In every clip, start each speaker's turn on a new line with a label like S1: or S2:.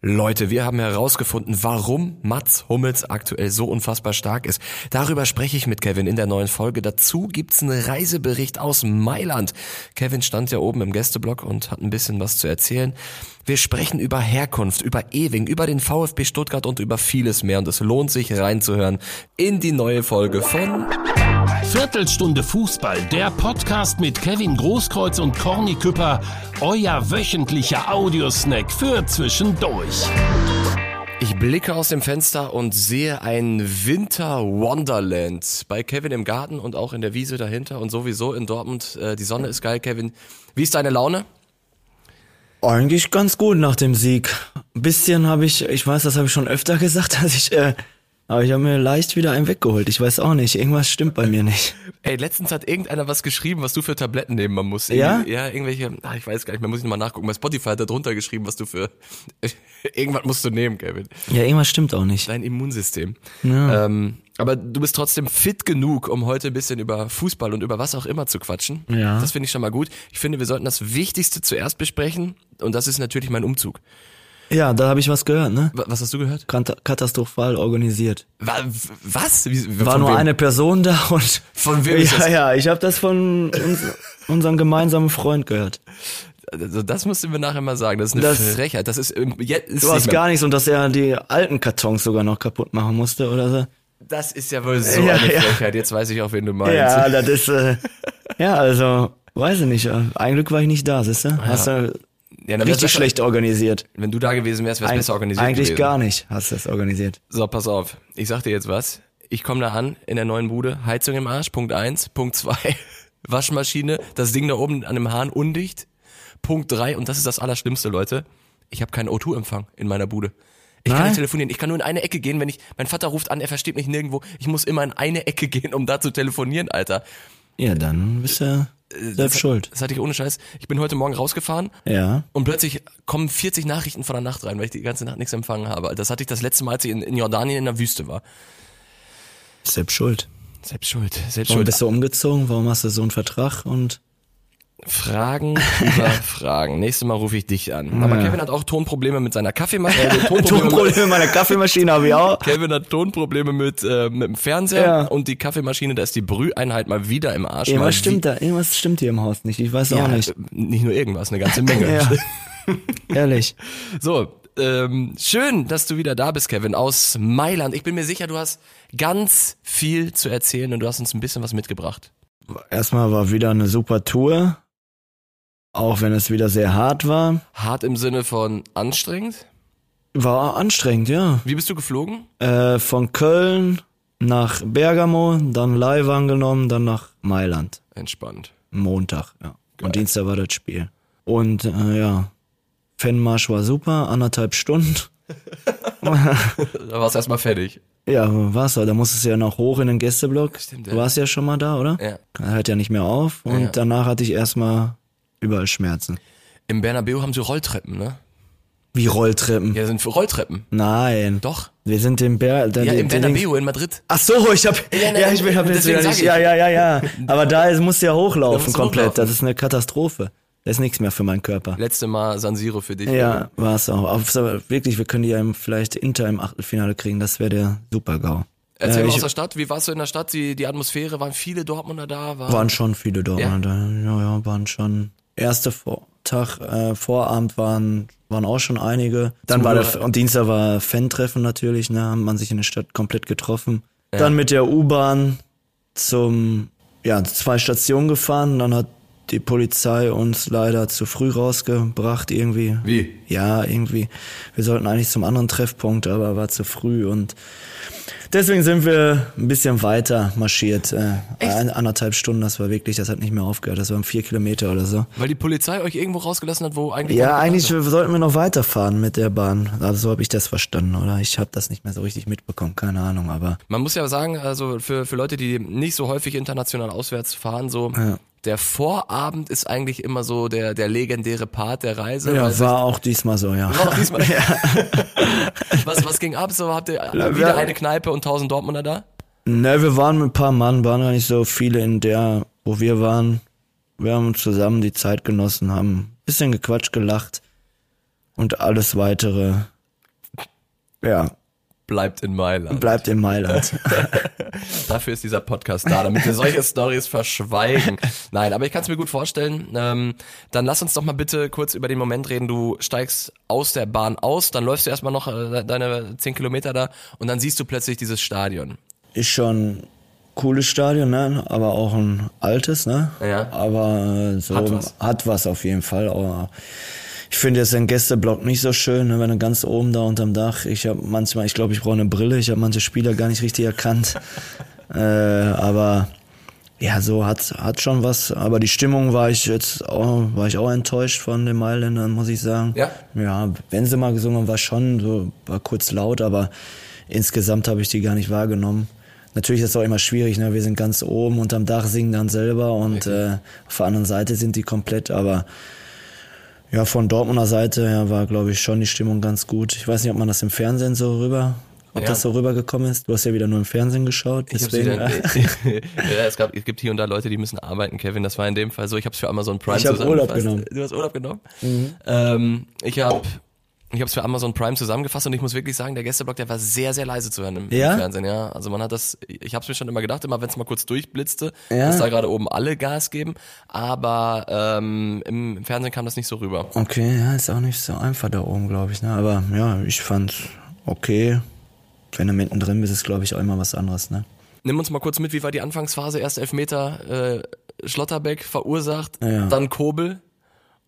S1: Leute, wir haben herausgefunden, warum Mats Hummels aktuell so unfassbar stark ist. Darüber spreche ich mit Kevin in der neuen Folge. Dazu gibt's einen Reisebericht aus Mailand. Kevin stand ja oben im Gästeblock und hat ein bisschen was zu erzählen. Wir sprechen über Herkunft, über Ewing, über den VfB Stuttgart und über vieles mehr. Und es lohnt sich reinzuhören in die neue Folge von
S2: Viertelstunde Fußball, der Podcast mit Kevin Großkreuz und Corny Küpper, euer wöchentlicher Audiosnack für zwischendurch.
S1: Ich blicke aus dem Fenster und sehe ein Winter Wonderland bei Kevin im Garten und auch in der Wiese dahinter und sowieso in Dortmund. Äh, die Sonne ist geil, Kevin. Wie ist deine Laune?
S3: Eigentlich ganz gut nach dem Sieg. Ein bisschen habe ich, ich weiß, das habe ich schon öfter gesagt, dass ich, äh, aber ich habe mir leicht wieder einen weggeholt. Ich weiß auch nicht, irgendwas stimmt bei mir nicht.
S1: Ey, letztens hat irgendeiner was geschrieben, was du für Tabletten nehmen man muss.
S3: Ja?
S1: Irgendwie- Ja, irgendwelche, ah, ich weiß gar nicht mehr, muss ich nochmal nachgucken. Bei Spotify hat er drunter geschrieben, was du für, irgendwas musst du nehmen, Kevin.
S3: Ja, irgendwas stimmt auch nicht.
S1: Dein Immunsystem. Ähm, aber du bist trotzdem fit genug, um heute ein bisschen über Fußball und über was auch immer zu quatschen.
S3: Ja.
S1: Das finde ich schon mal gut. Ich finde, wir sollten das Wichtigste zuerst besprechen und das ist natürlich mein Umzug.
S3: Ja, da habe ich was gehört, ne?
S1: Wa- Was hast du gehört?
S3: Kant- Katastrophal organisiert.
S1: Wa- Was? Wie,
S3: War
S1: von
S3: nur
S1: wem?
S3: eine Person da und
S1: Von wem ist
S3: ja,
S1: das?
S3: ja, ich habe das von uns, unserem gemeinsamen Freund gehört.
S1: Also das mussten wir nachher mal sagen. Das ist eine
S3: Das-
S1: Frechheit. Das ist, ähm, jetzt ist
S3: Du
S1: nicht
S3: hast
S1: mehr,
S3: gar nichts und dass er die alten Kartons sogar noch kaputt machen musste oder so.
S1: das ist ja wohl so
S3: Ja,
S1: eine
S3: ja.
S1: Frechheit. Jetzt weiß ich auch, wen du meinst.
S3: Ja, das ist, äh, ja, also, weiß ich nicht. äh, Ein Glück war ich nicht da, siehst du? Hast du
S1: Ja, dann wär's
S3: richtig
S1: besser-
S3: schlecht organisiert.
S1: Wenn du da gewesen wärst, wär's
S3: Eig-
S1: besser organisiert
S3: eigentlich
S1: gewesen.
S3: gar nicht hast du das organisiert.
S1: So, pass auf. Ich sag dir jetzt was. Ich komme da an in der neuen Bude, Heizung im Arsch, Punkt eins, Punkt zwei, Waschmaschine, das Ding da oben an dem Hahn undicht. Punkt drei und das ist das Allerschlimmste, Leute. Ich habe keinen O2-Empfang in meiner Bude. Ich kann
S3: Nein?
S1: nicht telefonieren. Ich kann nur in eine Ecke gehen, wenn ich. Mein Vater ruft an, er versteht mich nirgendwo. Ich muss immer in eine Ecke gehen, um da zu telefonieren, Alter.
S3: Ja, dann bist du selbst schuld.
S1: Das hatte ich ohne Scheiß. Ich bin heute Morgen rausgefahren
S3: Ja.
S1: und plötzlich kommen 40 Nachrichten von der Nacht rein, weil ich die ganze Nacht nichts empfangen habe. Das hatte ich das letzte Mal, als ich in, in Jordanien in der Wüste war.
S3: Selbst schuld.
S1: Selbst schuld, selbst
S3: Warum
S1: schuld.
S3: bist du umgezogen? Warum hast du so einen Vertrag? Und
S1: Fragen über Fragen. Nächstes Mal rufe ich dich an. Aber Kevin hat auch Tonprobleme mit seiner Kaffeemaschine. Äh, Tonprobleme mit,
S3: Tonprobleme meiner Kaffeemaschine habe ich auch.
S1: Kevin hat Tonprobleme mit, äh, mit dem Fernseher
S3: Ja.
S1: und die Kaffeemaschine, da ist die Brüheinheit mal wieder im Arsch. mal
S3: Irgendwas stimmt da, irgendwas stimmt hier im Haus nicht. Ich weiß
S1: wie- ja,
S3: auch nicht.
S1: äh, Nicht nur irgendwas, eine ganze Menge.
S3: Ja. Ehrlich.
S1: So, ähm, schön, dass du wieder da bist, Kevin, aus Mailand. Ich bin mir sicher, du hast ganz viel zu erzählen und du hast uns ein bisschen was mitgebracht.
S3: Erstmal war wieder eine super Tour. Auch wenn es wieder sehr hart war.
S1: Hart im Sinne von anstrengend.
S3: War anstrengend, ja.
S1: Wie bist du geflogen?
S3: Äh, von Köln nach Bergamo, dann Leihwagen genommen, dann nach Mailand.
S1: Entspannt.
S3: Montag, ja. Und Dienstag war das Spiel. Und äh, ja, Fanmarsch war super, anderthalb Stunden.
S1: Da warst du erstmal fertig.
S3: Ja, war's doch. Da musstest du ja noch hoch in den Gästeblock.
S1: Stimmt, ja.
S3: du warst ja schon mal da, oder?
S1: Ja.
S3: Hört ja nicht mehr auf. Und
S1: Ja.
S3: danach hatte ich erstmal überall Schmerzen.
S1: Im Bernabeu haben sie Rolltreppen, ne?
S3: Wie Rolltreppen.
S1: Ja, sind für Rolltreppen.
S3: Nein.
S1: Doch.
S3: Wir sind im Ber da-
S1: Ja,
S3: die-
S1: im
S3: die Dings-
S1: Bernabeu in Madrid.
S3: Ach so, ich hab,
S1: nein,
S3: ja, ich bin, hab jetzt
S1: deswegen
S3: wieder
S1: sag
S3: nicht,
S1: ich.
S3: ja, ja, ja, ja. Aber da ist, musst du ja
S1: Da
S3: hochlaufen
S1: musst du
S3: komplett.
S1: hochlaufen.
S3: Das ist eine Katastrophe. Da ist nichts mehr für meinen Körper.
S1: Letzte Mal San Siro für dich.
S3: Ja, war's auch. Auf, so- wirklich, wir können die ja im, vielleicht Inter im Achtelfinale kriegen. Das wäre der Super-GAU.
S1: Erzähl
S3: Äh,
S1: mal
S3: ich-
S1: aus der Stadt. Wie warst du in der Stadt? Die, die Atmosphäre, waren viele Dortmunder da? War,
S3: Waren schon viele Dortmunder. Ja, ja, waren schon. Erste Vortag, äh, Vorabend waren, waren auch schon einige. Dann war der,
S1: Zuhörer.
S3: und Dienstag war Fan-Treffen natürlich, ne, haben man sich in der Stadt komplett getroffen. Dann mit der U-Bahn zum, ja, zwei Stationen gefahren, dann hat die Polizei uns leider zu früh rausgebracht irgendwie.
S1: Wie?
S3: Ja, irgendwie. Wir sollten eigentlich zum anderen Treffpunkt, aber war zu früh und Deswegen sind wir ein bisschen weiter marschiert. Äh, ein, anderthalb Stunden, das war wirklich, das hat nicht mehr aufgehört. Das waren vier Kilometer oder so.
S1: Weil die Polizei euch irgendwo rausgelassen hat, wo eigentlich.
S3: Ja,
S1: keine-
S3: eigentlich sollten wir noch weiterfahren mit der Bahn. Also so habe ich das verstanden, oder? Ich habe das nicht mehr so richtig mitbekommen, keine Ahnung, aber
S1: Man muss ja sagen, also für, für Leute, die nicht so häufig international auswärts fahren, so. Der Vorabend ist eigentlich immer so der, der legendäre Part der Reise. weil
S3: ja,
S1: sich-
S3: war auch diesmal so, ja.
S1: War auch diesmal. was, was ging ab? So habt ihr wieder
S3: wir-
S1: eine Kneipe und tausend Dortmunder da?
S3: Ne, wir waren mit ein paar Mann, waren gar nicht so viele in der, wo wir waren. Wir haben uns zusammen die Zeit genossen, haben ein bisschen gequatscht, gelacht und alles weitere Ja,
S1: Bleibt in Mailand.
S3: bleibt in Mailand.
S1: Dafür ist dieser Podcast da, damit wir solche Stories verschweigen. Nein, aber ich kann es mir gut vorstellen. Ähm, dann lass uns doch mal bitte kurz über den Moment reden. Du steigst aus der Bahn aus, dann läufst du erstmal noch äh, deine 10 Kilometer da und dann siehst du plötzlich dieses Stadion.
S3: Ist schon ein cooles Stadion, ne? aber auch ein altes, ne?
S1: Ja.
S3: Aber äh, so
S1: Hat was.
S3: hat was auf jeden Fall. Aber ich finde jetzt den Gästeblock nicht so schön, ne? wenn du ganz oben da unterm Dach. Ich habe manchmal, ich glaube, ich brauche eine Brille. Ich habe manche Spieler gar nicht richtig erkannt. äh, aber ja, so hat hat schon was. Aber die Stimmung war ich jetzt auch, war ich auch enttäuscht von den Mailändern, muss ich sagen.
S1: Ja.
S3: Ja, wenn sie mal gesungen haben, war schon so, war kurz laut, aber insgesamt habe ich die gar nicht wahrgenommen. Natürlich ist es auch immer schwierig, ne? Wir sind ganz oben unterm Dach, singen dann selber und äh, auf der anderen Seite sind die komplett, aber ja, von Dortmunder Seite her war, glaube ich, schon die Stimmung ganz gut. Ich weiß nicht, ob man das im Fernsehen so rüber, ob
S1: Ja.
S3: das so rübergekommen ist. Du hast ja wieder nur im Fernsehen geschaut,
S1: Ich hab's
S3: deswegen.
S1: wieder- äh, ja, es, gab, es gibt hier und da Leute, die müssen arbeiten, Kevin. Das war in dem Fall so. Ich habe es für Amazon Prime
S3: Ich hab
S1: zusammengefasst.
S3: Urlaub genommen. Mhm.
S1: Du hast Urlaub genommen? Ähm, ich habe ich hab's für Amazon Prime zusammengefasst und ich muss wirklich sagen, der Gästeblock, der war sehr, sehr leise zu hören im,
S3: Ja?
S1: im Fernsehen. Ja, also man hat das, ich habe es mir schon immer gedacht, immer wenn es mal kurz durchblitzte,
S3: Ja.
S1: dass da gerade oben alle Gas geben. Aber ähm, im, im Fernsehen kam das nicht so rüber.
S3: Okay, ja, ist auch nicht so einfach da oben, glaube ich. Ne? Aber ja, ich fand's okay. Wenn du mittendrin bist, ist, glaube ich, auch immer was anderes. Ne?
S1: Nimm uns mal kurz mit, wie war die Anfangsphase? Erst Elfmeter äh, Schlotterbeck verursacht,
S3: Ja.
S1: dann Kobel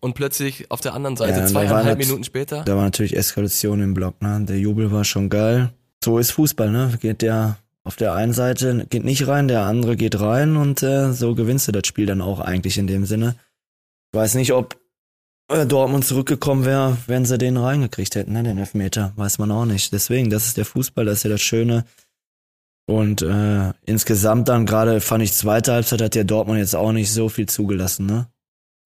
S1: und plötzlich auf der anderen Seite,
S3: Ja, da waren
S1: zweieinhalb
S3: halt-
S1: Minuten später.
S3: Da war natürlich Eskalation im Block. Ne? Der Jubel war schon geil. So ist Fußball, ne? Geht der auf der einen Seite geht nicht rein, der andere geht rein und äh, so gewinnst du das Spiel dann auch eigentlich in dem Sinne. Ich weiß nicht, ob äh, Dortmund zurückgekommen wäre, wenn sie den reingekriegt hätten, ne? den Elfmeter. Weiß man auch nicht. Deswegen, das ist der Fußball, das ist ja das Schöne. Und äh, insgesamt dann gerade fand ich zweite Halbzeit hat der Dortmund jetzt auch nicht so viel zugelassen, ne?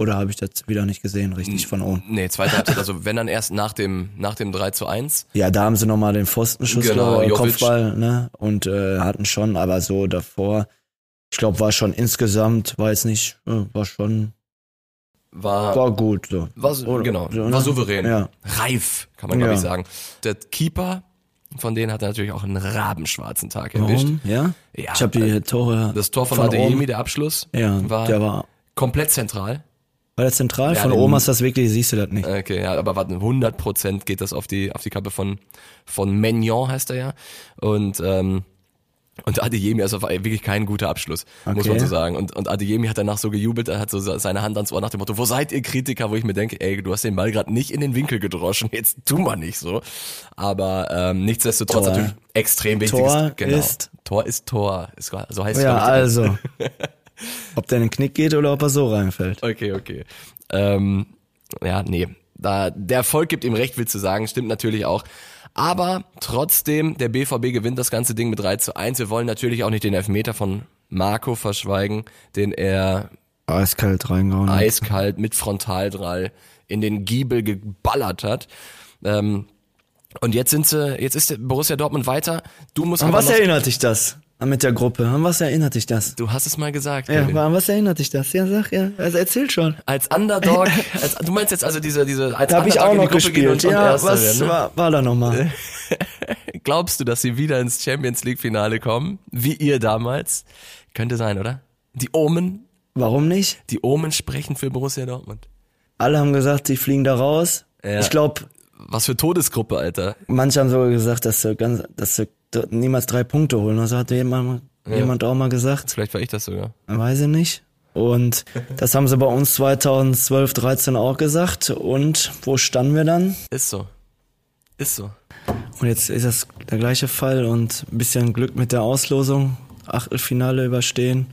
S3: Oder habe ich das wieder nicht gesehen, richtig von oben?
S1: Nee, zweite Halbzeit, also wenn dann erst nach dem, nach dem 3 zu 1.
S3: Ja, da haben sie nochmal den Pfostenschuss,
S1: Genau,
S3: genau,
S1: Jovic.
S3: Kopfball, ne? Und äh, hatten schon, aber so davor, ich glaube, war schon insgesamt, war jetzt nicht, äh, war schon,
S1: War,
S3: war gut. So.
S1: war, su-
S3: Oder-
S1: genau,
S3: so, ne?
S1: war souverän.
S3: Ja.
S1: Reif, kann man glaube ich
S3: Ja.
S1: sagen. Der Keeper von denen hat natürlich auch einen rabenschwarzen Tag erwischt.
S3: Warum? Ja?
S1: Ja, äh,
S3: Ich habe die Tore.
S1: Das Tor von,
S3: von
S1: Adeyemi,
S3: oben.
S1: der Abschluss,
S3: Ja,
S1: war,
S3: der war.
S1: komplett zentral.
S3: War der zentral?
S1: Ja, Äh,
S3: von
S1: den-
S3: oben hast du das wirklich, siehst du das nicht.
S1: Okay, ja, aber warte, 100% geht das auf die, auf die Kappe von, von Mignon, heißt er ja. Und, ähm, und Adeyemi, also war wirklich kein guter Abschluss, muss
S3: Okay.
S1: man so sagen. Und, und Adeyemi hat danach so gejubelt, er hat so se- seine Hand ans Ohr nach dem Motto, wo seid ihr Kritiker? Wo ich mir denke, ey, du hast den Ball gerade nicht in den Winkel gedroschen, jetzt tu mal nicht so. Aber ähm, nichtsdestotrotz
S3: Tor.
S1: natürlich extrem wichtiges. genau.
S3: Tor ist-
S1: Tor ist Tor, ist, so heißt es,
S3: ja,
S1: glaub ich,
S3: also. ob der in den Knick geht oder ob er so reinfällt.
S1: Okay, okay. Ähm, ja, nee. Da, der Erfolg gibt ihm recht, will zu sagen, stimmt natürlich auch. Aber trotzdem, der BVB gewinnt das ganze Ding mit 3 zu 1. Wir wollen natürlich auch nicht den Elfmeter von Marco verschweigen, den er
S3: Eiskalt reingehauen. hat.
S1: eiskalt mit Frontaldrall in den Giebel geballert hat. Ähm, und jetzt sind sie, jetzt ist der Borussia Dortmund weiter. Du musst
S3: An
S1: aber
S3: was
S1: noch,
S3: erinnert dich das? Mit der Gruppe. An was erinnert dich das?
S1: du hast es mal gesagt.
S3: Ja,
S1: Kevin.
S3: aber an was erinnert dich das? Ja, sag, ja. Also erzähl schon.
S1: Als Underdog, als, du meinst jetzt also diese, diese, als
S3: Da habe ich
S1: Underdog
S3: auch
S1: in die
S3: noch
S1: Gruppe gehen und,
S3: gespielt.
S1: und
S3: ja,
S1: Erster werden,
S3: was
S1: ne?
S3: war, war da nochmal?
S1: Glaubst du, dass sie wieder ins Champions League Finale kommen, wie ihr damals? Könnte sein, oder? Die Omen,
S3: Warum nicht?
S1: die Omen sprechen für Borussia Dortmund.
S3: Alle haben gesagt, die fliegen da raus.
S1: Ja.
S3: Ich glaube,
S1: Was für Todesgruppe, Alter.
S3: manche haben sogar gesagt, dass sie, ganz, dass sie dort niemals drei Punkte holen. Also hat jemand, jemand auch mal gesagt.
S1: Vielleicht war ich das sogar.
S3: Weiß ich nicht. Und das haben sie bei uns 2012, 13 auch gesagt. Und wo standen wir dann?
S1: Ist so. Ist so.
S3: Und jetzt ist das der gleiche Fall und ein bisschen Glück mit der Auslosung, Achtelfinale überstehen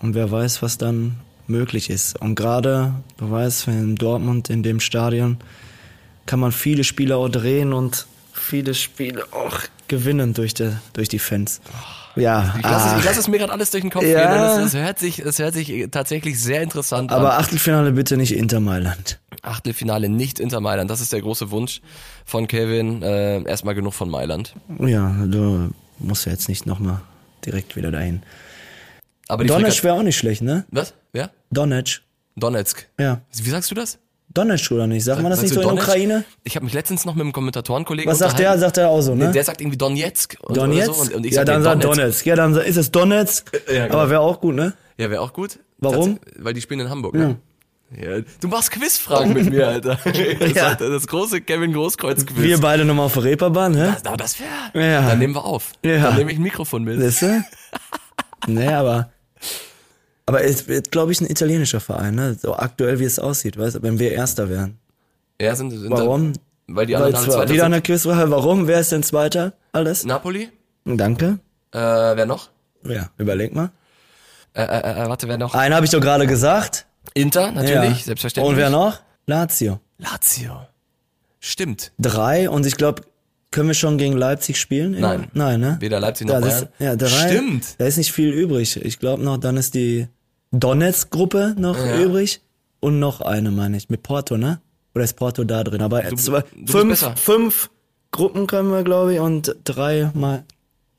S3: und wer weiß, was dann möglich ist. Und gerade, du weißt, in Dortmund, in dem Stadion, kann man viele Spiele auch drehen und viele Spiele auch gewinnen durch die, durch die Fans. Ja,
S1: Ich lasse, es,
S3: ah,
S1: ich lasse es mir gerade alles durch den Kopf
S3: Ja.
S1: gehen. denn Es, es, hört sich, es hört sich tatsächlich sehr interessant an.
S3: aber Achtelfinale bitte nicht Inter Mailand.
S1: Achtelfinale nicht Inter Mailand. Das ist der große Wunsch von Kevin. Äh, erstmal genug von Mailand.
S3: Ja, du musst ja jetzt nicht nochmal direkt wieder dahin.
S1: Aber die
S3: Donetsk
S1: Frequenz-
S3: wäre auch nicht schlecht, ne?
S1: Was? Ja?
S3: Donetsk,
S1: Donetsk.
S3: ja.
S1: Wie sagst du das?
S3: Donetsk oder nicht? Sagt man das
S1: Weißt
S3: nicht
S1: du,
S3: so in
S1: Donetsk?
S3: Ukraine?
S1: Ich habe mich letztens noch mit einem Kommentatorenkollegen
S3: Was sagt der?
S1: unterhalten.
S3: Sagt er auch so, ne?
S1: Der sagt irgendwie Donetsk. und- oder
S3: Donetsk?
S1: So, und, und ich
S3: ja,
S1: sag
S3: dann
S1: ja,
S3: sagt Donetsk. Ja, dann ist es Donetsk.
S1: ja, genau.
S3: Aber wäre auch gut, ne?
S1: Ja, wäre auch gut.
S3: Warum?
S1: Tats- Weil die spielen in Hamburg, ne? Ja. Du machst Quizfragen mit mir, Alter. Das,
S3: Ja.
S1: hat- das große Kevin Großkreuz-Quiz.
S3: Wir beide nochmal auf der Reeperbahn, hä?
S1: Das- Na, das wäre.
S3: Ja.
S1: Dann nehmen wir auf.
S3: Ja.
S1: Dann nehme ich ein Mikrofon mit.
S3: Siehst du? nee, aber. Aber es wird, glaube ich, ein italienischer Verein, ne? So aktuell, wie es aussieht, weißt du, wenn wir Erster wären.
S1: ja, sind, sind
S3: Warum?
S1: Weil die
S3: Weil
S1: anderen alle
S3: zwar
S1: Zweiter
S3: wieder
S1: sind.
S3: eine Quizfrage, warum? Wer ist denn Zweiter? Alles?
S1: Napoli?
S3: Danke.
S1: Äh, wer noch?
S3: Ja, überleg mal.
S1: Äh, äh, äh, warte, wer noch?
S3: Einen habe ich doch gerade gesagt.
S1: Inter, natürlich,
S3: Ah. ja.
S1: selbstverständlich.
S3: Und wer noch? Lazio.
S1: Lazio. Stimmt.
S3: Drei und ich glaube, können wir schon gegen Leipzig spielen?
S1: Nein.
S3: Nein, ne?
S1: Weder Leipzig noch
S3: Da ist,
S1: Bayern.
S3: ja, drei,
S1: Stimmt.
S3: Da ist nicht viel übrig. Ich glaube noch, dann ist die Donetsk-Gruppe noch
S1: Ja.
S3: übrig und noch eine, meine ich, mit Porto, ne? Oder ist Porto da drin? Aber zwei,
S1: du bist
S3: fünf,
S1: besser.
S3: fünf Gruppen können wir, glaube ich, und drei mal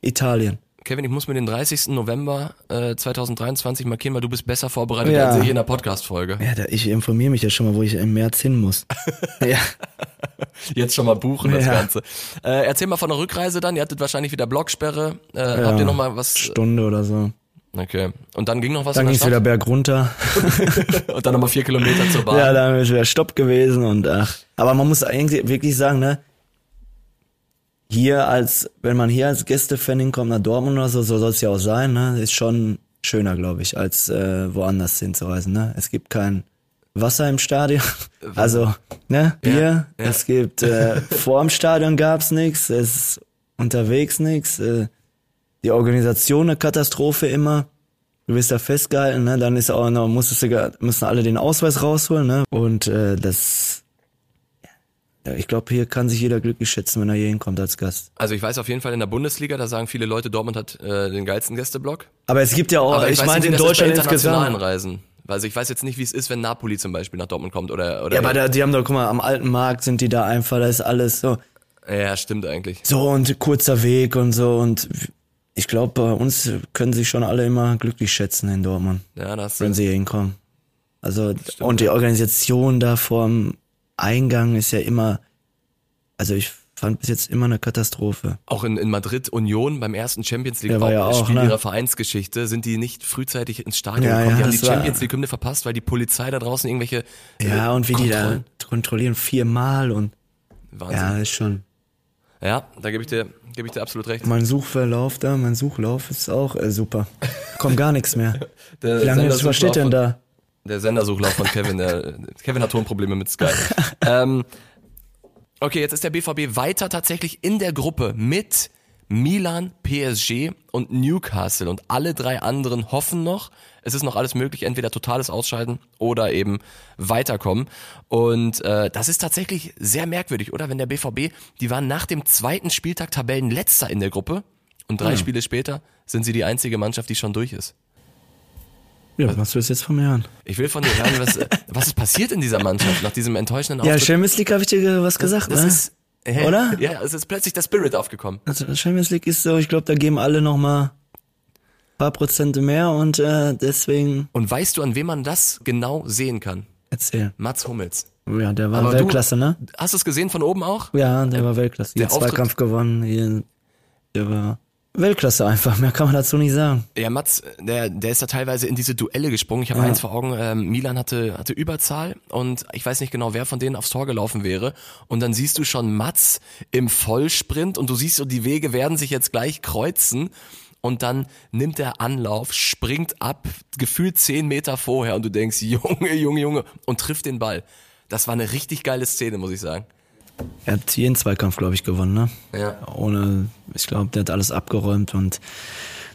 S3: Italien.
S1: Kevin, ich muss mir den 30. November äh, 2023 markieren, weil du bist besser vorbereitet
S3: Ja.
S1: als ich in der Podcast-Folge.
S3: Ja, da, ich informiere mich ja schon mal, wo ich im März hin muss. ja.
S1: Jetzt schon mal buchen das
S3: Ja.
S1: Ganze. Äh, erzähl mal von der Rückreise dann. Ihr hattet wahrscheinlich wieder Blocksperre. Äh, Habt ihr noch mal was?
S3: Stunde oder so.
S1: Okay. Und dann ging noch was
S3: Dann
S1: in
S3: ging's wieder
S1: der
S3: bergunter.
S1: Stadt? Und dann nochmal vier Kilometer zur Bahn.
S3: Ja, da ist wieder Stopp gewesen und ach. Aber man muss eigentlich wirklich sagen, ne? Hier als, wenn man hier als Gästefan hinkommt nach Dortmund oder so, so soll's ja auch sein, ne? Ist schon schöner, glaube ich, als äh, woanders hinzureisen, ne? Es gibt kein Wasser im Stadion. Also, ne? Bier.
S1: ja.
S3: Es gibt, äh, vor dem Stadion gab's nix, es ist unterwegs nix, äh, die Organisation eine Katastrophe immer. Du wirst da festgehalten, ne? Dann ist auch noch, musstest du, gar- müssen alle den Ausweis rausholen, ne? Und äh, das, ja, ich glaube, hier kann sich jeder glücklich schätzen, wenn er hier hinkommt als Gast.
S1: Also ich weiß auf jeden Fall in der Bundesliga, da sagen viele Leute, Dortmund hat äh, den geilsten Gästeblock.
S3: Aber es gibt ja auch,
S1: Aber
S3: ich,
S1: weiß
S3: meine,
S1: nicht, wie
S3: in
S1: das ist bei
S3: Deutschland
S1: internationalen
S3: insgesamt.
S1: Reisen. Also ich weiß jetzt nicht, wie es ist, wenn Napoli zum Beispiel nach Dortmund kommt oder oder.
S3: Ja, aber da, die haben doch, guck mal, am alten Markt sind die da einfach, da ist alles so.
S1: ja stimmt eigentlich.
S3: So und kurzer Weg und so und ich glaube, bei uns können sich schon alle immer glücklich schätzen in Dortmund.
S1: Ja, da hast du
S3: wenn sie hier hinkommen. Also, und die Organisation da vorm Eingang ist ja immer, also ich fand bis jetzt immer eine Katastrophe.
S1: Auch in, in Madrid Union beim ersten Champions League
S3: Ja, war ja auch,
S1: Spiel
S3: ne?
S1: ihrer Vereinsgeschichte sind die nicht frühzeitig ins Stadion
S3: Ja,
S1: gekommen.
S3: ja,
S1: die haben
S3: das
S1: die
S3: war-
S1: Champions League Hymne verpasst, weil die Polizei da draußen irgendwelche äh,
S3: Ja, und wie
S1: Kontrollen-
S3: die da Also kontrollieren viermal und also
S1: Wahnsinn.
S3: ja, ist schon.
S1: Ja, da gebe ich dir gebe ich dir absolut recht.
S3: Mein Suchverlauf da, mein Suchlauf ist auch äh, super. Kommt gar nichts mehr.
S1: Der
S3: Wie lange
S1: Sendersuchlauf
S3: was steht denn
S1: von-
S3: da?
S1: Der Sendersuchlauf von Kevin, der, Kevin hat Tonprobleme mit Sky. ähm, okay, jetzt ist der BVB weiter tatsächlich in der Gruppe mit Milan, PSG und Newcastle und alle drei anderen hoffen noch, es ist noch alles möglich, entweder totales Ausscheiden oder eben weiterkommen. Und äh, das ist tatsächlich sehr merkwürdig, oder? Wenn der BVB, die waren nach dem zweiten Spieltag Tabellenletzter in der Gruppe und drei Spiele später sind sie die einzige Mannschaft, die schon durch ist.
S3: Ja, was willst du jetzt von mir hören?
S1: Ich will von dir hören, was, was ist passiert in dieser Mannschaft nach diesem enttäuschenden
S3: Ja,
S1: Auftritt.
S3: Champions League habe ich dir ge- was gesagt,
S1: das
S3: ne?
S1: ist, hä?
S3: Oder?
S1: Ja, es ist plötzlich der Spirit aufgekommen.
S3: Also Champions League ist so, ich glaube, da geben alle nochmal ein paar Prozente mehr und äh, deswegen
S1: Und weißt du, an wem man das genau sehen kann?
S3: erzähl.
S1: Mats Hummels.
S3: Ja, der war
S1: Aber du-
S3: Weltklasse, ne?
S1: Hast du es gesehen von oben auch?
S3: Ja, der war Weltklasse. Der
S1: Auftritt-
S3: Zweikampf gewonnen. Hier, der war Weltklasse einfach. Mehr kann man dazu nicht sagen.
S1: Ja, Mats, der, der ist da teilweise in diese Duelle gesprungen. Ich habe eins vor Augen, ähm, Milan hatte, hatte Überzahl und ich weiß nicht genau, wer von denen aufs Tor gelaufen wäre. Und dann siehst du schon Mats im Vollsprint und du siehst so, die Wege werden sich jetzt gleich kreuzen. Und dann nimmt er Anlauf, springt ab, gefühlt zehn Meter vorher und du denkst, Junge, Junge, Junge, und trifft den Ball. Das war eine richtig geile Szene, muss ich sagen.
S3: Er hat jeden Zweikampf, glaube ich, gewonnen, ne?
S1: Ja.
S3: Ohne, ich glaube, der hat alles abgeräumt und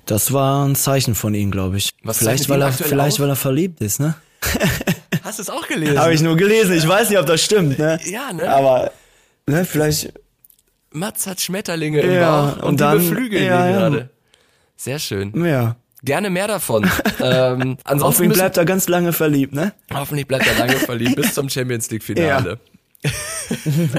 S3: das war ein Zeichen von ihm, glaube ich.
S1: Was
S3: vielleicht
S1: zeichnet
S3: weil
S1: ihn
S3: er,
S1: aktuell
S3: vielleicht
S1: aus?
S3: weil er verliebt ist, ne?
S1: Hast du es auch gelesen?
S3: Habe ich nur gelesen. Ich weiß nicht, ob das stimmt, ne?
S1: Ja, ne?
S3: Aber ne, vielleicht
S1: Mats hat Schmetterlinge im
S3: Ja,
S1: Bauch und,
S3: und
S1: die
S3: dann-
S1: beflügeln
S3: ja,
S1: ihn
S3: ja.
S1: gerade. Sehr schön.
S3: ja.
S1: Gerne mehr davon. ähm,
S3: Auf
S1: ansonsten
S3: ihn
S1: müssen,
S3: bleibt er ganz lange verliebt, ne?
S1: hoffentlich bleibt er lange verliebt bis zum Champions League Finale.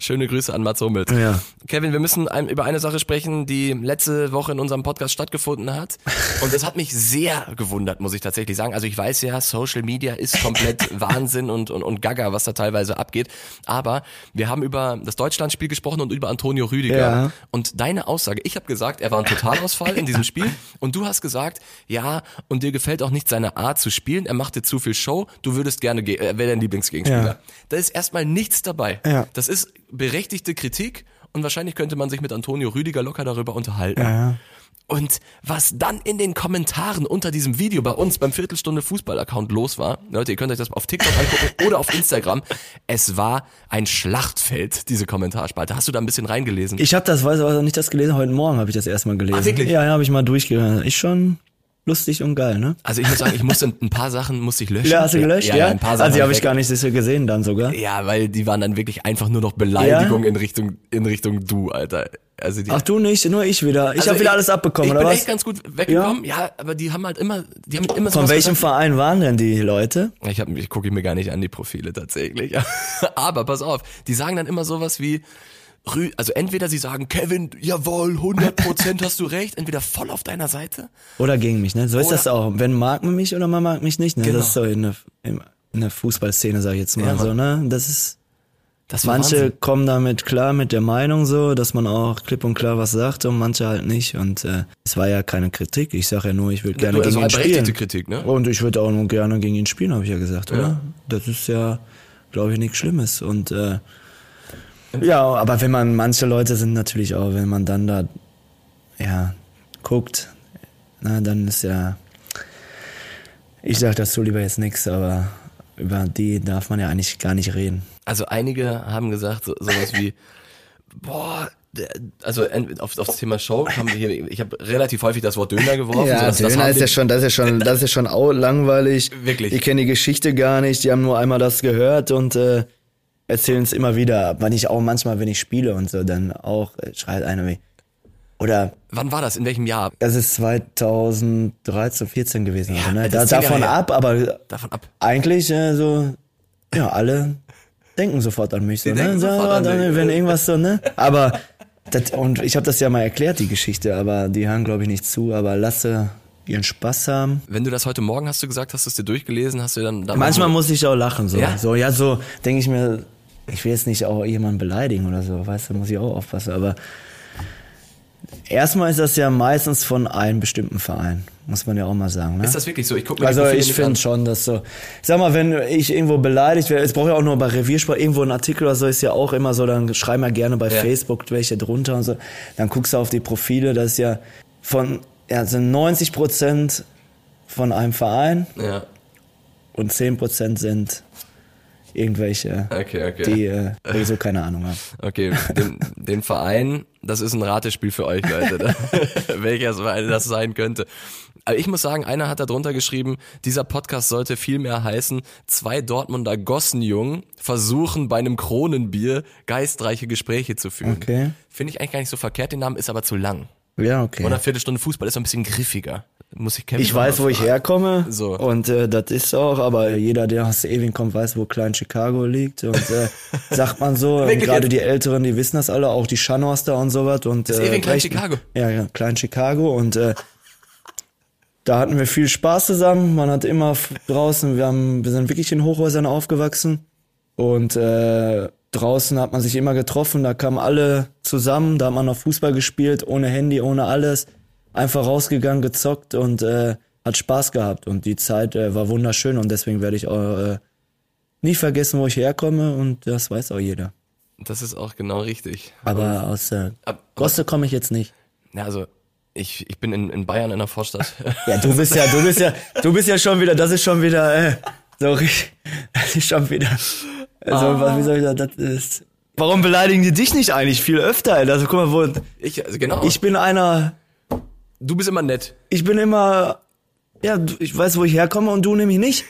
S1: Schöne Grüße an Mats Hummels.
S3: Ja.
S1: Kevin, wir müssen ein, über eine Sache sprechen, die letzte Woche in unserem Podcast stattgefunden hat. Und das hat mich sehr gewundert, muss ich tatsächlich sagen. Also ich weiß ja, Social Media ist komplett Wahnsinn und, und, und Gaga, was da teilweise abgeht. Aber wir haben über das Deutschlandspiel gesprochen und über Antonio Rüdiger.
S3: Ja.
S1: Und deine Aussage, ich habe gesagt, er war ein Totalausfall in diesem Spiel. Und du hast gesagt, ja, und dir gefällt auch nicht seine Art zu spielen. Er macht dir zu viel Show. Du würdest gerne, ge- er wäre dein Lieblingsgegenspieler.
S3: Ja.
S1: Da ist erstmal nichts dabei.
S3: Ja.
S1: Das ist berechtigte Kritik. Und wahrscheinlich könnte man sich mit Antonio Rüdiger locker darüber unterhalten.
S3: ja.
S1: Und was dann in den Kommentaren unter diesem Video bei uns beim Viertelstunde Fußball-Account los war, Leute, ihr könnt euch das auf TikTok angucken oder auf Instagram. Es war ein Schlachtfeld, diese Kommentarspalte. Hast du da ein bisschen reingelesen?
S3: Ich habe das, weiß aber nicht das gelesen, heute Morgen habe ich das erstmal gelesen.
S1: Ach, wirklich?
S3: Ja, ja, habe ich mal durchgelesen. Ist schon lustig und geil, ne?
S1: Also ich muss sagen, ich musste ein paar Sachen musste ich löschen.
S3: Ja, hast du gelöscht?
S1: Ja,
S3: Ja,
S1: ein paar Sachen.
S3: also die habe ich
S1: weg-
S3: gar nicht so gesehen dann sogar.
S1: Ja, weil die waren dann wirklich einfach nur noch Beleidigung in Richtung in Richtung du, Alter. Also die
S3: Ach du nicht, nur ich wieder. Ich hab
S1: also
S3: habe wieder alles abbekommen,
S1: ich
S3: oder
S1: bin
S3: was?
S1: echt ganz gut weggekommen. Ja? aber die haben halt immer die haben immer
S3: Von
S1: sowas
S3: welchem Verein waren denn die Leute?
S1: Ich, hab- ich gucke mir gar nicht an die Profile tatsächlich. Aber pass auf, die sagen dann immer sowas wie, Rü- also entweder sie sagen, Kevin, jawohl, 100% hast du recht, entweder voll auf deiner Seite.
S3: Oder gegen mich, ne? So ist
S1: Oder-
S3: das auch. Wenn mag man mich oder man mag mich nicht, ne?
S1: Genau.
S3: Das ist so in der, in der Fußballszene, sag ich jetzt mal
S1: Ja,
S3: so, ne? Das ist,
S1: Das war
S3: manche
S1: Wahnsinn.
S3: kommen damit klar mit der Meinung so, dass man auch klipp und klar was sagt und manche halt nicht. Und äh, es war ja keine Kritik. Ich sag ja nur, ich würde gerne
S1: also
S3: gegen ihn
S1: berechtigte
S3: spielen.
S1: Kritik, ne?
S3: Und ich würde auch nur gerne gegen ihn spielen, habe ich ja gesagt, oder? Das ist ja, glaube ich, nichts Schlimmes. Und äh, ja, aber wenn man, manche Leute sind natürlich auch, wenn man dann da ja, guckt, na, dann ist ja. Ich sag dazu lieber jetzt nichts, aber über die darf man ja eigentlich gar nicht reden.
S1: Also einige haben gesagt so, sowas wie, boah, der- also ent- auf, auf das Thema Show haben wir hier, ich habe relativ häufig das Wort Döner geworfen. so,
S3: Ja,
S1: dass- das
S3: Döner
S1: haben
S3: ist
S1: die-
S3: ja schon, das ist ja schon, das ist ja schon au langweilig.
S1: Wirklich.
S3: Die kennen die Geschichte gar nicht, die haben nur einmal das gehört und äh, erzählen es immer wieder. Wenn ich auch manchmal, wenn ich spiele und so, dann auch äh, schreit einer wie. Oder
S1: Wann war das? In welchem Jahr?
S3: das ist 2013, 14 gewesen, also, ne?
S1: das
S3: Da,
S1: ist zehn
S3: davon
S1: Jahre her.
S3: ab, aber
S1: Davon ab.
S3: eigentlich äh, so, ja, alle denken sofort an mich. So, ne?
S1: denken
S3: so,
S1: sofort an
S3: dann,
S1: dich.
S3: Wenn irgendwas so, ne? Aber, das, und ich habe das ja mal erklärt, die Geschichte, aber die hören, glaube ich, nicht zu. Aber lasse ihren Spaß haben.
S1: Wenn du das heute Morgen hast du gesagt, hast du es dir durchgelesen, hast du dann... dann
S3: Manchmal muss ich auch lachen, so.
S1: Ja?
S3: Ja, so, ja, so denke ich mir, ich will jetzt nicht auch jemanden beleidigen oder so, weißt du, muss ich auch aufpassen, aber erstmal ist das ja meistens von einem bestimmten Verein, muss man ja auch mal sagen, ne?
S1: Ist das wirklich so? Ich guck mir die
S3: Also
S1: Profile
S3: ich
S1: nicht an.
S3: finde schon, dass so, ich sag mal, wenn ich irgendwo beleidigt werde, es braucht ja auch nur bei Reviersprache, irgendwo ein Artikel oder so ist ja auch immer so, dann schreiben ja gerne bei
S1: Ja.
S3: Facebook welche drunter und so, dann guckst du auf die Profile, das ist ja von, ja, sind 90 Prozent von einem Verein
S1: Ja.
S3: und 10 Prozent sind irgendwelche,
S1: Okay, okay.
S3: die äh, sowieso keine Ahnung haben.
S1: Okay, den, den Verein, das ist ein Ratespiel für euch, Leute. ne? Welcher Verein das sein könnte. Aber ich muss sagen, einer hat da drunter geschrieben, dieser Podcast sollte vielmehr heißen, zwei Dortmunder Gossenjungen versuchen bei einem Kronenbier geistreiche Gespräche zu führen.
S3: Okay.
S1: Finde ich eigentlich gar nicht so verkehrt, den Namen ist aber zu lang.
S3: Ja, okay.
S1: Und eine Viertelstunde Fußball ist so ein bisschen griffiger. Muss ich kämpfen.
S3: ich weiß, wo ich herkomme
S1: So.
S3: und äh, das ist auch, aber jeder, der aus Ewing kommt, weiß, wo Klein Chicago liegt und äh, sagt man so, und
S1: Wirklich
S3: gerade
S1: jetzt?
S3: die Älteren, die wissen das alle, auch die Shannos da und sowas. Und, ist
S1: Ewing Klein Chicago?
S3: Äh, Ja, ja, Klein Chicago und äh, da hatten wir viel Spaß zusammen, man hat immer f- draußen, wir, haben, wir sind wirklich in Hochhäusern aufgewachsen und äh, draußen hat man sich immer getroffen, da kamen alle zusammen, da hat man noch Fußball gespielt, ohne Handy, ohne alles, einfach rausgegangen, gezockt und äh, hat Spaß gehabt und die Zeit äh, war wunderschön und deswegen werde ich auch äh, nie vergessen, wo ich herkomme und das weiß auch jeder.
S1: Das ist auch genau richtig.
S3: Aber aus äh,
S1: Ab-
S3: Gosse komme ich jetzt nicht.
S1: Ja, also, ich, ich bin in, in Bayern in der Vorstadt.
S3: Ja, du bist ja, du bist ja, du bist ja schon wieder, das ist schon wieder, äh, so richtig, das ist schon wieder, also, was, wie soll ich sagen, das ist, warum beleidigen die dich nicht eigentlich viel öfter, Alter? Also, guck mal, wo,
S1: Ich, also genau.
S3: ich bin einer,
S1: du bist immer nett.
S3: ich bin immer, ja, du- ich weiß, wo ich herkomme und du nämlich nicht.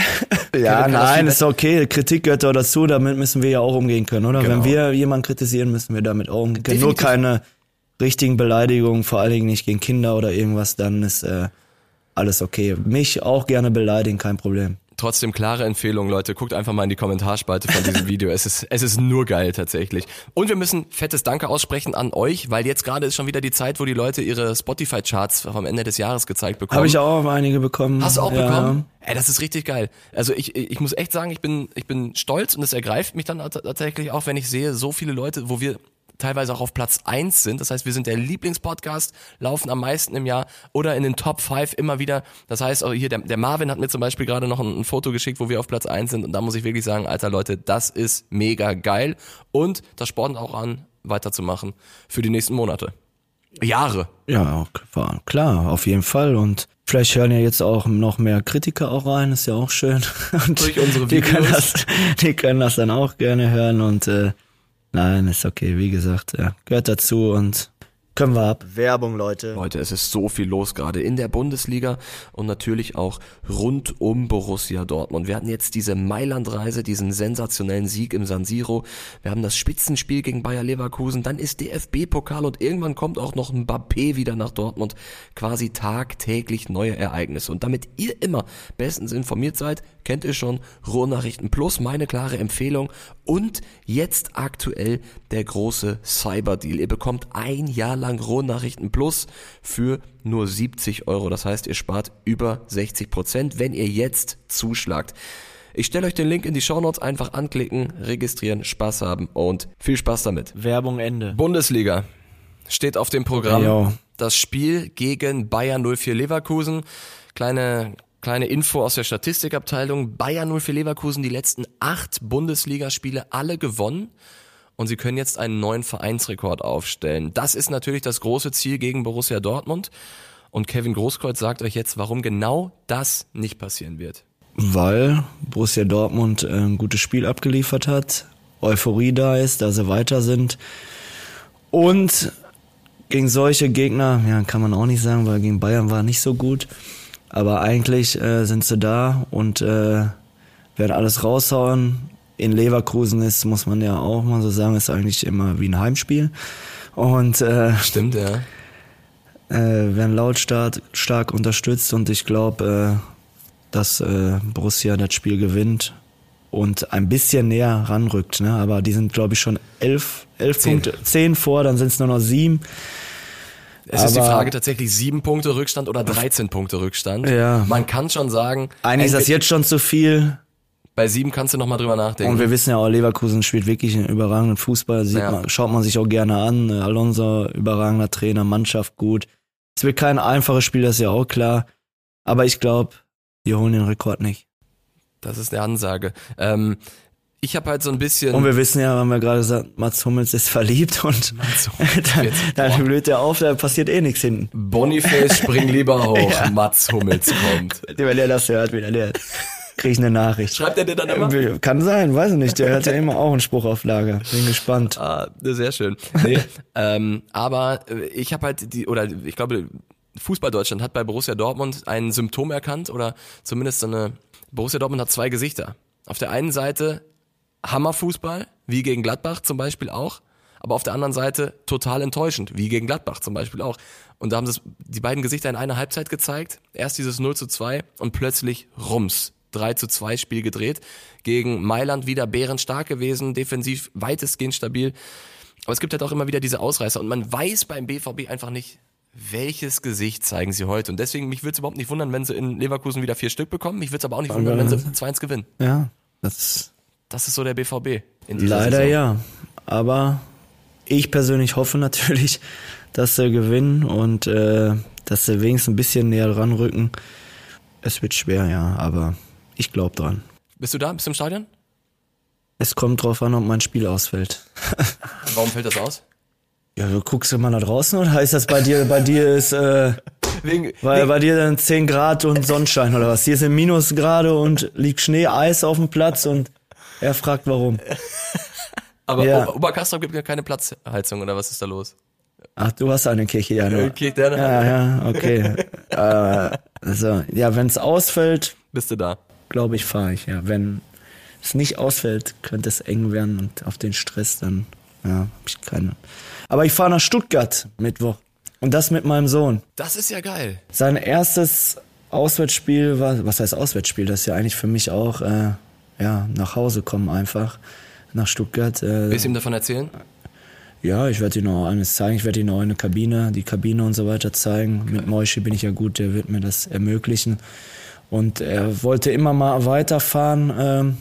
S3: ja,
S1: kann das
S3: nein,
S1: viel
S3: ist okay, Kritik gehört doch dazu, damit müssen wir ja auch umgehen können, oder?
S1: Genau.
S3: Wenn wir jemanden kritisieren, müssen wir damit auch umgehen können. Nur
S1: Definitiv.
S3: keine richtigen Beleidigungen, vor allen Dingen nicht gegen Kinder oder irgendwas, dann ist, äh, alles okay. Mich auch gerne beleidigen, kein Problem.
S1: Trotzdem klare Empfehlung, Leute. Guckt einfach mal in die Kommentarspalte von diesem Video. Es ist, es ist nur geil tatsächlich. Und wir müssen fettes Danke aussprechen an euch, weil jetzt gerade ist schon wieder die Zeit, wo die Leute ihre Spotify-Charts vom Ende des Jahres gezeigt bekommen.
S3: Habe ich auch einige bekommen.
S1: Hast du auch
S3: Hm, ja.
S1: bekommen? Ey, das ist richtig geil. Also ich, ich muss echt sagen, ich bin, ich bin stolz und es ergreift mich dann tat- tatsächlich auch, wenn ich sehe, so viele Leute, wo wir teilweise auch auf Platz eins sind. Das heißt, wir sind der Lieblingspodcast, laufen am meisten im Jahr oder in den Top 5 immer wieder. Das heißt, auch hier, der, der Marvin hat mir zum Beispiel gerade noch ein, ein Foto geschickt, wo wir auf Platz eins sind. Und da muss ich wirklich sagen, alter Leute, das ist mega geil. Und das spornt auch an, weiterzumachen für die nächsten Monate. Jahre.
S3: Ja, auch klar, klar, auf jeden Fall. Und vielleicht hören ja jetzt auch noch mehr Kritiker auch rein, ist ja auch schön. Und
S1: Durch unsere
S3: die können,
S1: Videos.
S3: das, die können das dann auch gerne hören. Und äh, nein, ist okay, wie gesagt, ja, gehört dazu und können wir ab. Werbung, Leute.
S1: Leute, es ist so viel los gerade in der Bundesliga und natürlich auch rund um Borussia Dortmund. Wir hatten jetzt diese Mailand-Reise, diesen sensationellen Sieg im San Siro. Wir haben das Spitzenspiel gegen Bayer Leverkusen. Dann ist DFB-Pokal und irgendwann kommt auch noch ein Mbappé wieder nach Dortmund. Quasi tagtäglich neue Ereignisse. Und damit ihr immer bestens informiert seid, kennt ihr schon Ruhrnachrichten Plus, meine klare Empfehlung. Und jetzt aktuell der große Cyber-Deal. Ihr bekommt ein Jahr lang Ruhrnachrichten Plus für nur 70 Euro. Das heißt, ihr spart über 60 Prozent, wenn ihr jetzt zuschlagt. Ich stelle euch den Link in die Shownotes, einfach anklicken, registrieren, Spaß haben und viel Spaß damit.
S4: Werbung Ende.
S1: Bundesliga steht auf dem Programm.
S3: Ja.
S1: Das Spiel gegen Bayern 04 Leverkusen. Kleine, kleine Info aus der Statistikabteilung. Bayern 04 Leverkusen die letzten acht Bundesligaspiele alle gewonnen. Und sie können jetzt einen neuen Vereinsrekord aufstellen. Das ist natürlich das große Ziel gegen Borussia Dortmund. Und Kevin Großkreuz sagt euch jetzt, warum genau das nicht passieren wird.
S3: Weil Borussia Dortmund äh, ein gutes Spiel abgeliefert hat, Euphorie da ist, da sie weiter sind. Und gegen solche Gegner, ja, kann man auch nicht sagen, weil gegen Bayern war nicht so gut. Aber eigentlich äh, sind sie da und äh, werden alles raushauen. In Leverkusen ist, muss man ja auch mal so sagen, ist eigentlich immer wie ein Heimspiel. Und äh,
S1: Stimmt, ja.
S3: äh, werden lautstark stark unterstützt und ich glaube, äh, dass äh, Borussia das Spiel gewinnt und ein bisschen näher ranrückt. Ne? Aber die sind, glaube ich, schon elf, elf
S1: Zehn.
S3: Punkte, zehn vor, dann sind es nur noch sieben.
S1: Es ist die
S3: Aber-
S1: Frage tatsächlich sieben Punkte Rückstand oder 13 Punkte Rückstand.
S3: Ja.
S1: Man kann schon sagen,
S3: Eigentlich ist das
S1: entweder-
S3: jetzt schon zu viel.
S1: Bei sieben kannst du nochmal drüber nachdenken.
S3: Und wir wissen ja auch, Leverkusen spielt wirklich einen überragenden Fußball. Sieht
S1: Ja.
S3: man, schaut man sich auch gerne an. Äh, Alonso, überragender Trainer, Mannschaft gut. Es wird kein einfaches Spiel, das ist ja auch klar. Aber ich glaube, wir holen den Rekord nicht.
S1: das ist eine Ansage. Ähm, ich habe halt so ein bisschen.
S3: Und wir wissen ja, haben wir gerade gesagt, Mats Hummels ist verliebt und
S1: Hummels
S3: dann,
S1: jetzt, boah.
S3: dann blüht er auf, da passiert eh nichts hinten.
S1: Boniface, spring lieber hoch. Mats Hummels kommt.
S3: Wenn der das hört, wieder der krieg ich eine Nachricht.
S1: Schreibt er dir dann immer?
S3: Äh, Kann sein, weiß ich nicht. Der hört ja immer auch einen Spruch auf Lager. Bin gespannt.
S1: Ah, sehr schön. Nee, ähm, aber äh, ich habe halt die, oder ich glaube, Fußball Deutschland hat bei Borussia Dortmund ein Symptom erkannt oder zumindest so eine. Borussia Dortmund hat zwei Gesichter. Auf der einen Seite Hammerfußball, wie gegen Gladbach zum Beispiel auch. Aber auf der anderen Seite total enttäuschend, wie gegen Gladbach zum Beispiel auch. Und da haben sie es- die beiden Gesichter in einer Halbzeit gezeigt. Erst dieses 0 zu 2 und plötzlich Rums. 3 zu 2 Spiel gedreht. Gegen Mailand wieder bärenstark gewesen, defensiv weitestgehend stabil. Aber es gibt halt auch immer wieder diese Ausreißer und man weiß beim BVB einfach nicht, welches Gesicht zeigen sie heute. Und deswegen, mich würde es überhaupt nicht wundern, wenn sie in Leverkusen wieder vier Stück bekommen. Mich würde es aber auch nicht wundern, wenn sie 2-1 gewinnen.
S3: Ja, das ist
S1: Das ist so der BVB. In dieser
S3: leider
S1: Saison.
S3: ja. Aber ich persönlich hoffe natürlich, dass sie gewinnen und äh, dass sie wenigstens ein bisschen näher ranrücken. Es wird schwer, ja, aber ich glaube dran.
S1: Bist du da? Bist du im Stadion?
S3: Es kommt drauf an, ob mein Spiel ausfällt.
S1: Warum fällt das aus?
S3: Ja, du guckst immer nach draußen oder heißt das bei dir, bei dir ist, äh,
S1: Wegen,
S3: bei, bei dir dann 10 Grad und Sonnenschein oder was? Hier sind Minusgrade und liegt Schnee, Eis auf dem Platz und er fragt warum.
S1: aber
S3: ja.
S1: Ober- Oberkastrop gibt ja keine Platzheizung oder was ist da los?
S3: Ach, du hast eine Kirche, ja. Nur.
S1: Okay, dann
S3: Ja, ja, okay. äh, so, ja, wenn es ausfällt,
S1: bist du da.
S3: glaube ich, fahre ich, ja. Wenn es nicht ausfällt, könnte es eng werden und auf den Stress dann, ja, hab ich keine. Aber ich fahre nach Stuttgart Mittwoch und das mit meinem Sohn.
S1: Das ist ja geil.
S3: sein erstes Auswärtsspiel war, was heißt Auswärtsspiel? Das ist ja eigentlich für mich auch, äh, ja, nach Hause kommen einfach, nach Stuttgart. Äh,
S1: Willst du ihm davon erzählen?
S3: ja, ich werde dir noch eines zeigen. Ich werde dir noch eine Kabine, die Kabine und so weiter zeigen. Mit Moishi bin ich ja gut, der wird mir das ermöglichen. Und er wollte immer mal weiterfahren, ähm,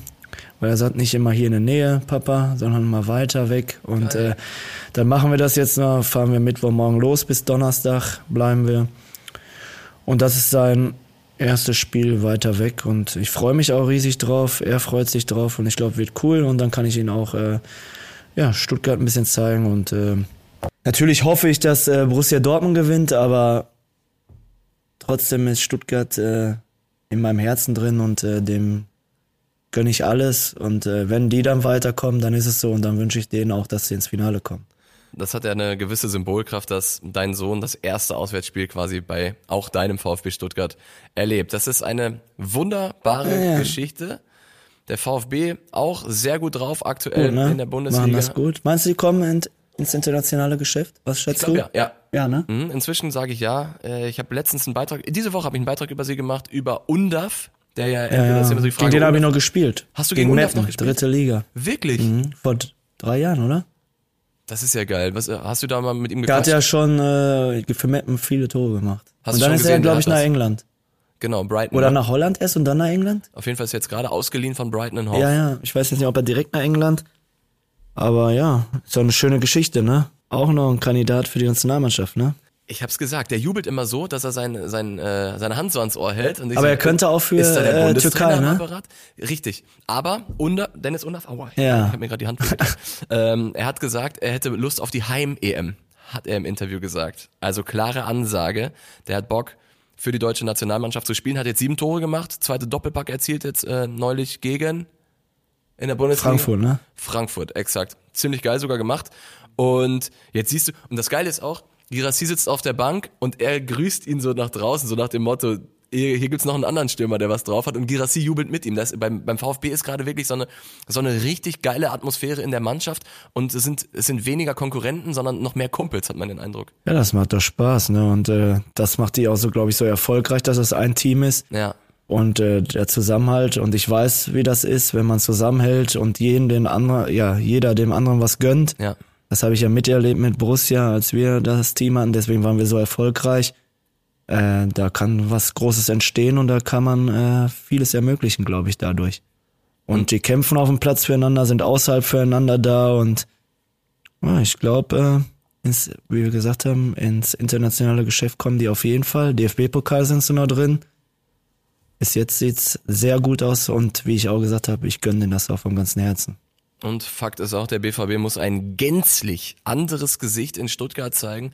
S3: weil er sagt, nicht immer hier in der Nähe, Papa, sondern mal weiter weg. Und äh, dann machen wir das jetzt noch, fahren wir Mittwochmorgen los, bis Donnerstag bleiben wir. Und das ist sein erstes Spiel weiter weg und ich freue mich auch riesig drauf. Er freut sich drauf und ich glaube, wird cool und dann kann ich ihn auch äh, ja, Stuttgart ein bisschen zeigen und äh, natürlich hoffe ich, dass äh, Borussia Dortmund gewinnt, aber trotzdem ist Stuttgart äh, in meinem Herzen drin und äh, dem gönne ich alles und äh, wenn die dann weiterkommen, dann ist es so und dann wünsche ich denen auch, dass sie ins Finale kommen.
S1: Das hat ja eine gewisse Symbolkraft, dass dein Sohn das erste Auswärtsspiel quasi bei auch deinem VfB Stuttgart erlebt. Das ist eine wunderbare
S3: Ja, ja.
S1: Geschichte. Der VfB auch sehr gut drauf aktuell
S3: ne?
S1: in der
S3: Machen
S1: Bundesliga.
S3: das gut. Meinst du, die kommen in, ins internationale Geschäft? Was schätzt
S1: Ich glaub,
S3: du?
S1: ja, ja.
S3: Ja, ne?
S1: Mhm, Inzwischen sage ich ja. Äh, Ich habe letztens einen Beitrag, diese Woche habe ich einen Beitrag über sie gemacht, über UNDAF, der ja, entweder
S3: Ja,
S1: ist immer so die
S3: gegen
S1: Frage,
S3: den habe ich
S1: UNDAF
S3: noch gespielt.
S1: Hast du gegen Undav
S3: Meppen,
S1: noch gespielt?
S3: Dritte Liga.
S1: Wirklich?
S3: Mhm. Vor drei Jahren, oder?
S1: Das ist ja geil. Was, äh, hast du da mal mit ihm
S3: Der hat
S1: gequatscht?
S3: ja schon äh, für Meppen viele Tore gemacht.
S1: Hast
S3: und
S1: du
S3: dann
S1: schon
S3: ist er,
S1: gesehen, der
S3: glaube ich,
S1: hat
S3: nach
S1: das?
S3: England.
S1: Genau, Brighton.
S3: Oder nach Holland erst und dann nach England?
S1: Auf jeden Fall ist er jetzt gerade ausgeliehen von Brighton and Hove.
S3: Ja, ja. Ich weiß jetzt nicht, ob er direkt nach England. Aber ja, ist doch eine schöne Geschichte, ne? Auch noch ein Kandidat für die Nationalmannschaft, ne?
S1: Ich hab's gesagt, der jubelt immer so, dass er sein, sein, äh, seine Hand so ans Ohr hält. Und ich
S3: Aber
S1: sag,
S3: er könnte auch für,
S1: ist da der
S3: äh,
S1: Bundestrainer
S3: Türkei, ne?
S1: am Apparat? Richtig. Aber Under, Dennis Undaf, aua,
S3: Ja.
S1: ich hab mir gerade die Hand bewegt. ähm, Er hat gesagt, er hätte Lust auf die Heim-EM, hat er im Interview gesagt. Also klare Ansage, der hat Bock für die deutsche Nationalmannschaft zu spielen, hat jetzt sieben Tore gemacht, zweite Doppelpack erzielt jetzt äh, neulich gegen in der Bundesliga.
S3: Frankfurt, ne?
S1: Frankfurt, exakt. Ziemlich geil sogar gemacht. Und jetzt siehst du, und das Geile ist auch, Girassi sitzt auf der Bank und er grüßt ihn so nach draußen, so nach dem Motto, hier hier gibt's noch einen anderen Stürmer, der was drauf hat und Girassi jubelt mit ihm. Das, beim, beim VfB ist gerade wirklich so eine, so eine richtig geile Atmosphäre in der Mannschaft und es sind, es sind weniger Konkurrenten, sondern noch mehr Kumpels, hat man den Eindruck.
S3: Ja, das macht doch Spaß, ne? Und äh, das macht die auch so, glaube ich, so erfolgreich, dass das ein Team ist.
S1: Ja.
S3: und äh, der Zusammenhalt und ich weiß, wie das ist, wenn man zusammenhält und jeden den anderen, ja, jeder dem anderen was gönnt.
S1: Ja.
S3: Das habe ich ja miterlebt mit Borussia, als wir das Team hatten, deswegen waren wir so erfolgreich. Äh, da kann was Großes entstehen und da kann man äh, vieles ermöglichen, glaube ich, dadurch. Und die kämpfen auf dem Platz füreinander, sind außerhalb füreinander da und ja, ich glaube, äh, ins, wie wir gesagt haben, ins internationale Geschäft kommen die auf jeden Fall. DFB-Pokal sind sie noch drin. Bis jetzt sieht's sehr gut aus und wie ich auch gesagt habe, ich gönne denen das auch vom ganzen Herzen.
S1: Und Fakt ist auch, der BVB muss ein gänzlich anderes Gesicht in Stuttgart zeigen.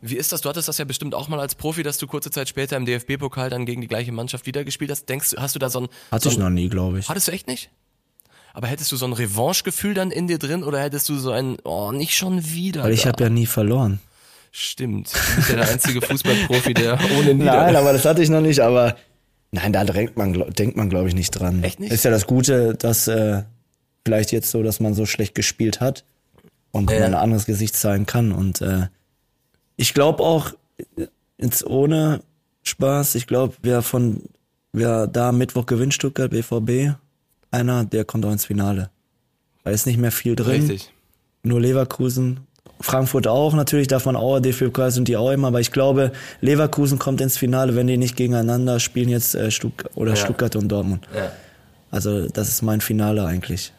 S1: Wie ist das? Du hattest das ja bestimmt auch mal als Profi, dass du kurze Zeit später im DFB-Pokal dann gegen die gleiche Mannschaft wieder gespielt hast. Denkst du, hast du da so ein.
S3: Hatte
S1: so
S3: ich
S1: ein,
S3: noch nie, glaube ich.
S1: Hattest du echt nicht? Aber hättest du so ein Revanche-Gefühl dann in dir drin oder hättest du so ein, oh, nicht schon wieder?
S3: Weil ich
S1: da?
S3: habe ja nie verloren.
S1: Stimmt. Du bist ja der einzige Fußballprofi, der ohne Niederlage.
S3: Nein, aber das hatte ich noch nicht, aber nein, da denkt man, gl- denkt man glaube ich, nicht dran.
S1: Echt nicht?
S3: Ist ja das Gute, dass äh, vielleicht jetzt so, dass man so schlecht gespielt hat und man ein anderes Gesicht zeigen kann. Und äh, ich glaube auch, äh, jetzt ohne Spaß, ich glaube, wer von wer da am Mittwoch gewinnt, Stuttgart, BVB, einer, der kommt auch ins Finale. Da ist nicht mehr viel drin.
S1: Richtig.
S3: Nur Leverkusen. Frankfurt auch, natürlich darf man auch, DFB-Pokal sind die auch immer, aber ich glaube, Leverkusen kommt ins Finale, wenn die nicht gegeneinander spielen, jetzt äh, Stutt oder Stuttgart und Dortmund.
S1: Ja.
S3: Also, das ist mein Finale eigentlich.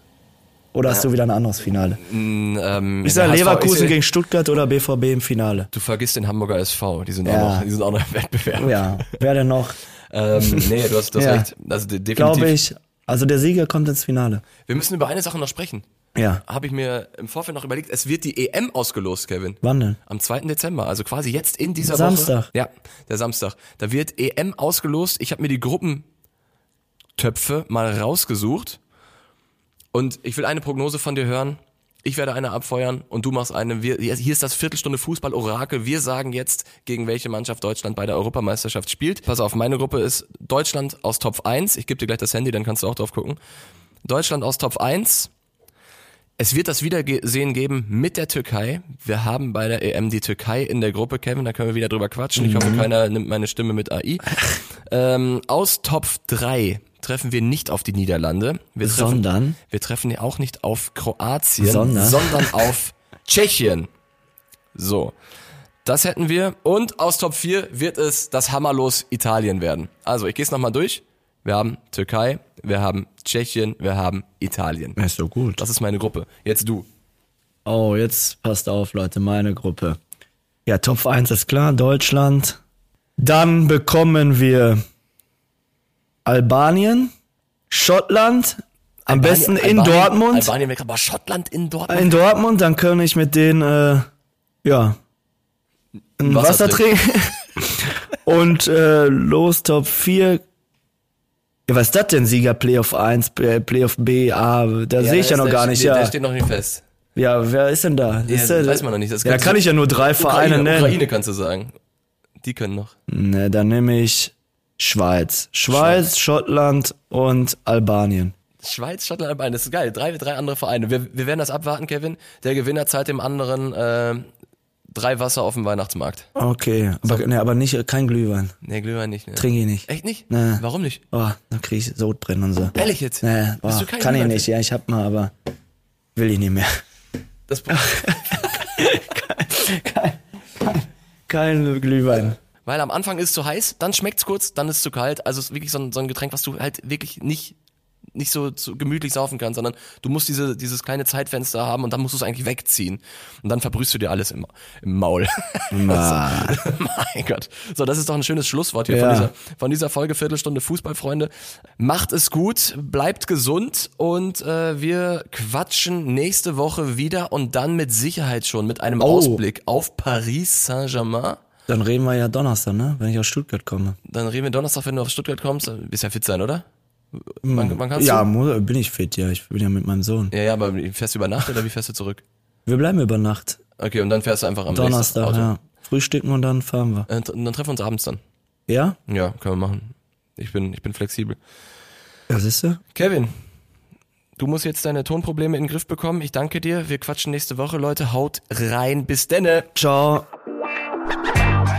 S3: Oder hast du wieder ein anderes Finale?
S1: Ähm,
S3: Ich
S1: der
S3: sage
S1: HSV
S3: Leverkusen
S1: ist-
S3: gegen Stuttgart oder BVB im Finale.
S1: Du vergisst den Hamburger SV, die sind,
S3: Ja.
S1: auch, noch, die sind auch noch im Wettbewerb.
S3: Ja, wer denn noch?
S1: Ähm, nee, du hast, du hast
S3: Ja.
S1: recht. Also de- definitiv.
S3: Glaube ich. Also, der Sieger kommt ins Finale.
S1: Wir müssen über eine Sache noch sprechen.
S3: Ja.
S1: Habe ich mir im Vorfeld noch überlegt. Es wird die EM ausgelost, Kevin.
S3: Wann denn?
S1: Am 2. Dezember, also quasi jetzt in dieser Woche.
S3: Samstag.
S1: Ja, der Samstag. Da wird EM ausgelost. Ich habe mir die Gruppentöpfe mal rausgesucht. Und ich will eine Prognose von dir hören. Ich werde eine abfeuern und du machst eine. Wir, hier ist das Viertelstunde Fußball-Orakel. Wir sagen jetzt, gegen welche Mannschaft Deutschland bei der Europameisterschaft spielt. Pass auf, meine Gruppe ist Deutschland aus Top 1. Ich gebe dir gleich das Handy, dann kannst du auch drauf gucken. Deutschland aus Top 1. Es wird das Wiedersehen geben mit der Türkei. Wir haben bei der EM die Türkei in der Gruppe, Kevin, da können wir wieder drüber quatschen. Ich
S3: Mhm.
S1: hoffe, keiner nimmt meine Stimme mit AI. Ähm, aus Topf 3 treffen wir nicht auf die Niederlande. Wir treffen,
S3: Sondern?
S1: Wir treffen auch nicht auf Kroatien,
S3: Sondern?
S1: sondern auf Tschechien. So. Das hätten wir. Und aus Top 4 wird es das Hammerlos Italien werden. Also, ich gehe es nochmal durch. Wir haben Türkei, wir haben Tschechien, wir haben Italien.
S3: Ja, Ist doch gut.
S1: Das ist meine Gruppe. Jetzt du.
S3: Oh, jetzt passt auf, Leute, meine Gruppe. Ja, Top 1 ist klar, Deutschland. Dann bekommen wir Albanien, Schottland, am
S1: Albanien-
S3: besten in
S1: Albanien-
S3: Dortmund.
S1: Albanien weg, aber Schottland in Dortmund.
S3: In Dortmund, dann kann ich mit denen, äh, ja, ein
S1: Wasser
S3: Wasser, trinken. Und äh, los, Top 4. Ja, was ist das denn? Sieger Playoff 1, Play- Playoff B, A, da sehe ich
S1: das-
S3: ja noch
S1: der-
S3: gar nicht,
S1: Der, der
S3: ja.
S1: steht noch nicht fest.
S3: Ja, wer ist denn da? ist
S1: das
S3: der-
S1: weiß man noch nicht. Das
S3: ja, da
S1: kannst
S3: kann
S1: du-
S3: ich ja nur drei Vereine
S1: Ukraine,
S3: nennen.
S1: Ukraine kannst du sagen. Die können noch.
S3: Ne, dann nehme ich Schweiz. Schweiz, Schottland und Albanien.
S1: Schweiz, Schottland, Albanien. Das ist geil. Drei, drei andere Vereine. Wir, wir werden das abwarten, Kevin. Der Gewinner zahlt dem anderen äh, drei Wasser auf dem Weihnachtsmarkt.
S3: Okay, aber, ne, aber nicht, kein Glühwein.
S1: Nee, Glühwein nicht. Ne?
S3: Trinke ich nicht.
S1: Echt nicht?
S3: Nee.
S1: Warum nicht?
S3: Oh, dann kriege ich Sodbrennen und so.
S1: Ehrlich jetzt?
S3: Nee,
S1: Bist
S3: boah,
S1: du kein
S3: kann ich
S1: Glühwein-
S3: nicht. Ja, ich hab mal, aber will ich nicht mehr.
S1: Das
S3: Kein Glühwein.
S1: Weil am Anfang ist es zu heiß, dann schmeckt's kurz, dann ist es zu kalt. Also es ist wirklich so ein, so ein Getränk, was du halt wirklich nicht, nicht so zu, gemütlich saufen kannst, sondern du musst diese, dieses kleine Zeitfenster haben und dann musst du es eigentlich wegziehen. Und dann verbrühst du dir alles im, im Maul.
S3: Na.
S1: mein Gott. So, das ist doch ein schönes Schlusswort hier von,
S3: Ja.
S1: dieser, von dieser Folge Viertelstunde Fußballfreunde. Macht es gut, bleibt gesund und äh, wir quatschen nächste Woche wieder und dann mit Sicherheit schon mit einem
S3: Oh.
S1: Ausblick auf Paris Saint-Germain.
S3: Dann reden wir ja Donnerstag, ne? Wenn ich aus Stuttgart komme.
S1: Dann reden wir Donnerstag, wenn du auf Stuttgart kommst. Du Wirst ja fit sein, oder? Wann, wann kannst
S3: Hm. Ja,
S1: du?
S3: mu- bin ich fit, ja. Ich bin ja mit meinem Sohn.
S1: Ja, ja, aber fährst du über Nacht oder wie fährst du zurück?
S3: Wir bleiben über Nacht.
S1: Okay, und dann fährst du einfach am nächsten
S3: Donnerstag,
S1: Auto.
S3: ja. Frühstücken und dann fahren wir.
S1: Äh, Und dann treffen wir uns abends dann.
S3: Ja?
S1: Ja, können wir machen. Ich bin, ich bin flexibel.
S3: Ja, siehst du?
S1: Kevin, du musst jetzt deine Tonprobleme in den Griff bekommen. Ich danke dir. Wir quatschen nächste Woche, Leute. Haut rein. Bis denne.
S3: Ciao.